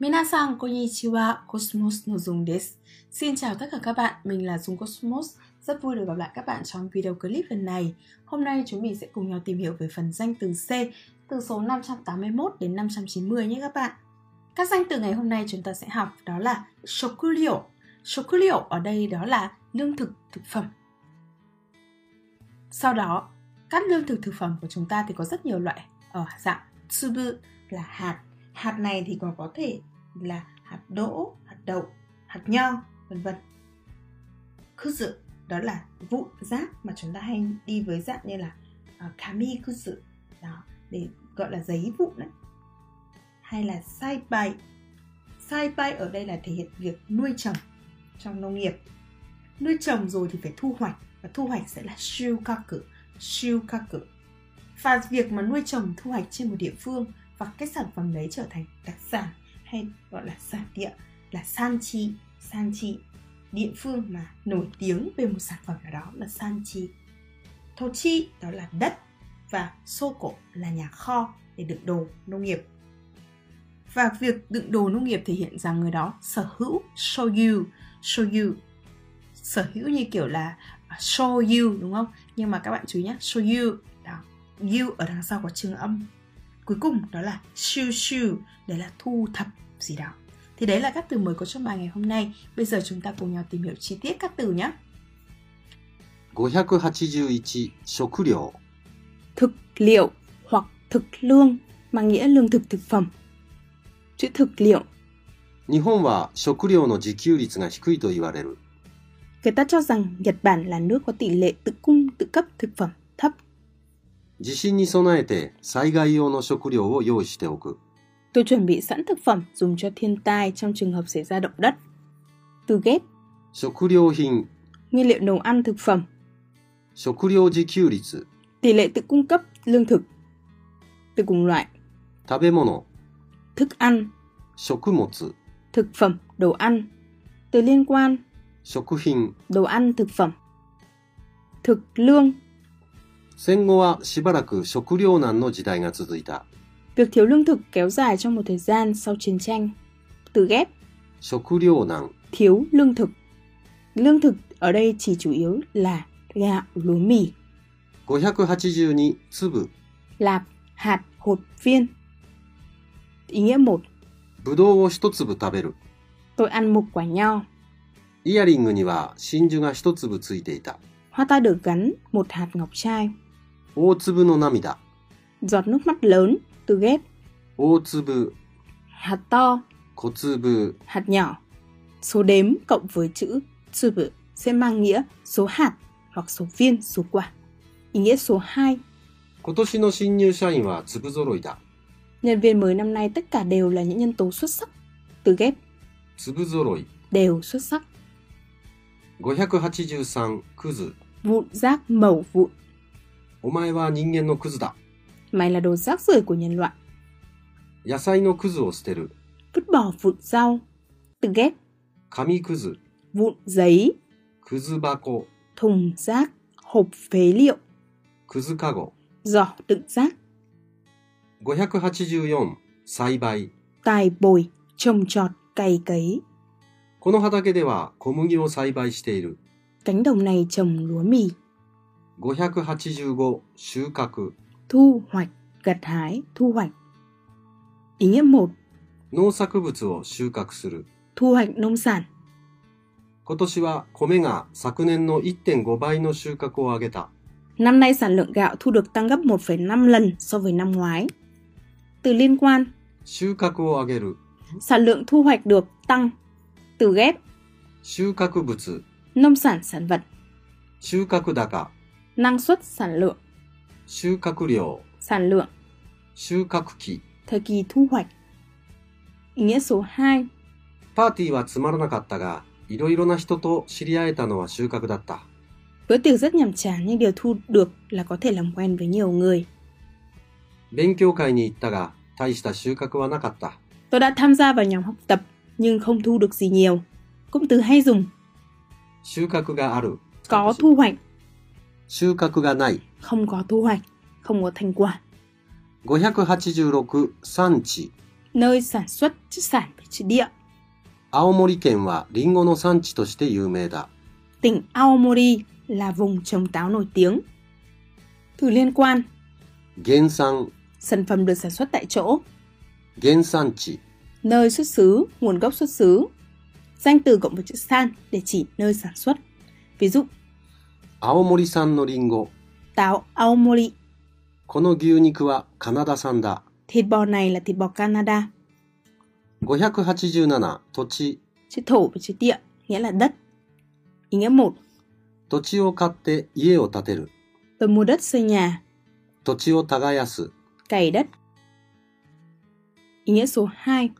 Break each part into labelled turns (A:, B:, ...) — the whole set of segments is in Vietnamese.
A: Minasan konnichiwa, Cosmos No Dung desu. Xin chào tất cả các bạn, mình là Dung Cosmos. Rất vui được gặp lại các bạn trong video clip lần này. Hôm nay chúng mình sẽ cùng nhau tìm hiểu về phần danh từ C, từ số 581 đến 590 nhé các bạn. Các danh từ ngày hôm nay chúng ta sẽ học đó là shokuryo. Shokuryo ở đây đó là lương thực, thực phẩm. Sau đó, các lương thực thực phẩm của chúng ta thì có rất nhiều loại ở dạng tsubu là hạt. Hạt này thì còn có thể là hạt đỗ, hạt đậu, hạt nho, vân vân. Kuzu đó là vụn giáp mà chúng ta hay đi với dạng như là uh, kami kuzu đó để gọi là giấy vụn đấy hay là sai bay sai bay ở đây là thể hiện việc nuôi trồng trong nông nghiệp nuôi trồng rồi thì phải thu hoạch và thu hoạch sẽ là siêu ca cử siêu ca cử và việc mà nuôi trồng thu hoạch trên một địa phương và cái sản phẩm đấy trở thành đặc sản hay gọi là sản địa là san chi san chi địa phương mà nổi tiếng về một sản phẩm nào đó là san chi thổ chi đó là đất và sô cổ là nhà kho để đựng đồ nông nghiệp và việc đựng đồ nông nghiệp thể hiện rằng người đó sở hữu soyu soyu sở hữu như kiểu là soyu đúng không nhưng mà các bạn chú ý nhé soyu đó you ở đằng sau có trường âm cuối cùng đó là shu shu đấy là thu thập gì đó thì đấy là các từ mới có trong bài ngày hôm nay bây giờ chúng ta cùng nhau tìm hiểu chi tiết các từ nhé
B: 581食料
A: thực liệu hoặc thực lương mang nghĩa lương thực thực phẩm chữ thực liệu
B: 日本は食料の自給率が低いと言われる
A: người ta cho rằng Nhật Bản là nước có tỷ lệ tự cung tự cấp thực phẩm thấp
B: 地震に備えて災害用の食料を用意しておく
A: tôi chuẩn bị sẵn thực phẩm dùng cho thiên tai trong trường hợp xảy ra động đất từ ghép
B: 食料品
A: nguyên liệu nấu ăn thực phẩm
B: 食料自給率
A: tỷ lệ tự cung cấp lương thực từ cùng loại
B: 食べ物
A: thức ăn
B: 食物
A: thực phẩm đồ ăn từ liên quan
B: 食品
A: đồ ăn thực phẩm thực lương
B: 戦後はしばらく食糧難の時代が続いた
A: việc thiếu lương thực kéo dài trong một thời gian sau chiến tranh từ ghép
B: 食糧難
A: thiếu lương thực lương thực ở đây chỉ chủ yếu là gạo lúa mì
B: 582粒
A: lạp hạt hột viên ý nghĩa một
B: ぶどうを一粒食べる
A: tôi ăn một quả nho
B: イヤリングには真珠が一粒ついていた
A: hoa tai được gắn một hạt ngọc trai
B: 大粒の涙
A: giọt nước mắt lớn từ ghép
B: 大粒
A: hạt to
B: 小粒
A: hạt nhỏ số đếm cộng với chữ tsubu sẽ mang nghĩa số hạt hoặc số viên số quả ý nghĩa số 2
B: 今年の新入社員は粒揃いだ
A: nhân viên mới năm nay tất cả đều là những nhân tố xuất sắc từ ghép
B: 粒揃い
A: đều xuất sắc
B: 583クズ
A: vụn rác mẩu vụn
B: お前は人間のクズだ
A: mày là đồ rác rưởi của nhân loại
B: 野菜のクズを捨てる
A: vứt bỏ vụn rau từ ghép
B: 紙クズ
A: vụn giấy
B: クズ箱
A: thùng rác hộp phế liệu
B: クズカゴ
A: giỏ đựng rác
B: 584栽培
A: tài bồi trồng trọt cày cấy
B: この畑では小麦を栽培している
A: cánh đồng này trồng lúa mì
B: 585収穫
A: thu hoạch gặt hái thu hoạch ý nghĩa 1.
B: 農作物を収穫する
A: thu hoạch nông sản
B: 今年は米が昨年の1.5倍の収穫を上げた
A: năm nay sản lượng gạo thu được tăng gấp 1,5 lần so với năm ngoái từ liên quan
B: 収穫を上げる
A: sản lượng thu hoạch được tăng từ ghép
B: 収穫物
A: nông sản sản vật
B: 収穫高
A: năng suất sản lượng
B: 収穫量
A: sản lượng
B: 収穫期
A: thời kỳ thu hoạch ý nghĩa số 2
B: パーティーはつまらなかったがいろいろな人と知り合えたのは収穫だった
A: bữa tiệc rất nhàm chán nhưng điều thu được là có thể làm quen với nhiều người
B: 勉強会に行ったが大した収穫はなかった
A: tôi đã tham gia vào nhóm học tập nhưng không thu được gì nhiều cụm từ hay dùng
B: 収穫がある
A: có thu hoạch
B: 収穫がない
A: không có thu hoạch, không có thành quả.
B: 586産地
A: nơi sản xuất chất sản về trị địa.
B: 青森県はリンゴの産地として有名だ。
A: Tỉnh Aomori là vùng trồng táo nổi tiếng. Từ liên quan,
B: 原産、
A: sản phẩm được sản xuất tại chỗ,
B: 原産地、
A: nơi xuất xứ, nguồn gốc xuất xứ. Danh từ cộng với chữ san để chỉ nơi sản xuất. Ví dụ,
B: 青森産のリンゴ。
A: táo Aomori,
B: この牛肉はカナダ産だ。
A: thịt bò này là thịt bò Canada,
B: 587土地、
A: chữ thổ với chữ địa nghĩa là đất. Ý nghĩa 1,
B: 土地を買って家を建てる。
A: tôi mua đất xây nhà,
B: 土地を耕す。
A: cày đất. Ý nghĩa số 2,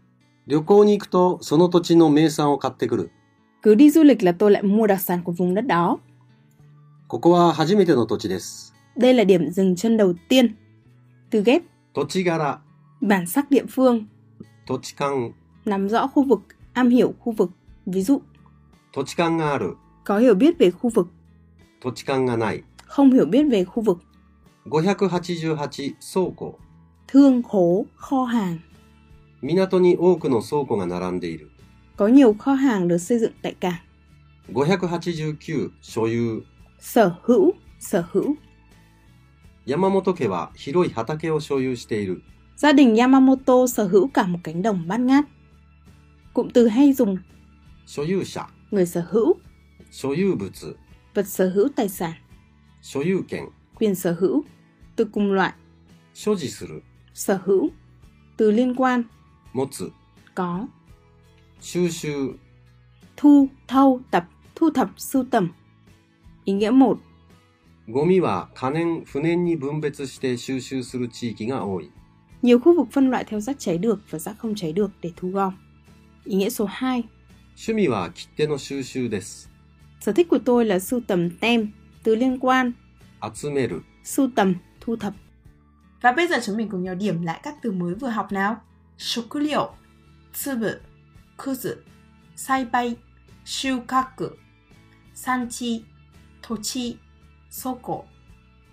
B: 旅行に行くとその土地の名産を買ってくる。
A: cứ đi du lịch là tôi lại mua đặc sản của vùng đất đó.
B: ここは初めての土地です。
A: Đây là điểm dừng chân đầu tiên. Từ ghép
B: 土地柄、
A: bản sắc địa phương,
B: 土地勘、
A: nắm rõ khu vực, am hiểu khu vực. Ví dụ,
B: 土地勘がある、
A: có hiểu biết về khu vực,
B: 土地勘がない。
A: không hiểu biết về khu vực,
B: 588倉庫、
A: thương khố, kho hàng.
B: 港に多くの倉庫が並んでいる。
A: Có nhiều kho hàng được xây dựng tại cảng,
B: 589所有、
A: sở hữu, sở hữu.
B: 山本家は広い畑を所有している。
A: Gia đình Yamamoto sở hữu cả một cánh đồng bát ngát. Cụm từ hay dùng
B: 所有者、
A: người sở hữu,
B: 所有物、
A: vật sở hữu tài sản,
B: 所有権、
A: quyền sở hữu, từ cùng loại,
B: 所持する、
A: sở hữu, từ liên quan,
B: 持つ、
A: có,
B: 収集、
A: thu, thâu, tập, thu thập, sưu tầm. Ý nghĩa 1,
B: ゴミは可燃、不燃に分別して収集する地域が多い。
A: nhiều khu vực phân loại theo rác cháy được và rác không cháy được để thu gom. Ý nghĩa số 2,
B: 趣味は切手の収集です。
A: sở thích của tôi là sưu tầm tem, từ liên quan,
B: 集める、
A: sưu tầm, thu thập.
C: Và bây giờ chúng mình cùng nhau điểm lại các từ mới vừa học nào. Shokuryo, tsubu, kuzu, saibai, shukaku, sanchi, tochi, soko,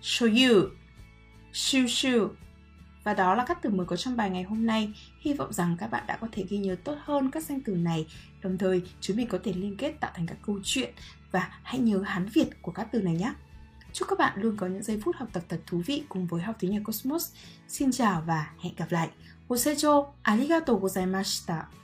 C: shoyu, shushu. Và đó là các từ mới có trong bài ngày hôm nay. Hy vọng rằng các bạn đã có thể ghi nhớ tốt hơn các danh từ này. Đồng thời, chúng mình có thể liên kết tạo thành các câu chuyện và hãy nhớ Hán Việt của các từ này nhé. Chúc các bạn luôn có những giây phút học tập thật thú vị cùng với học tiếng Nhật Cosmos. Xin chào và hẹn gặp lại.ご清聴ありがとうございました。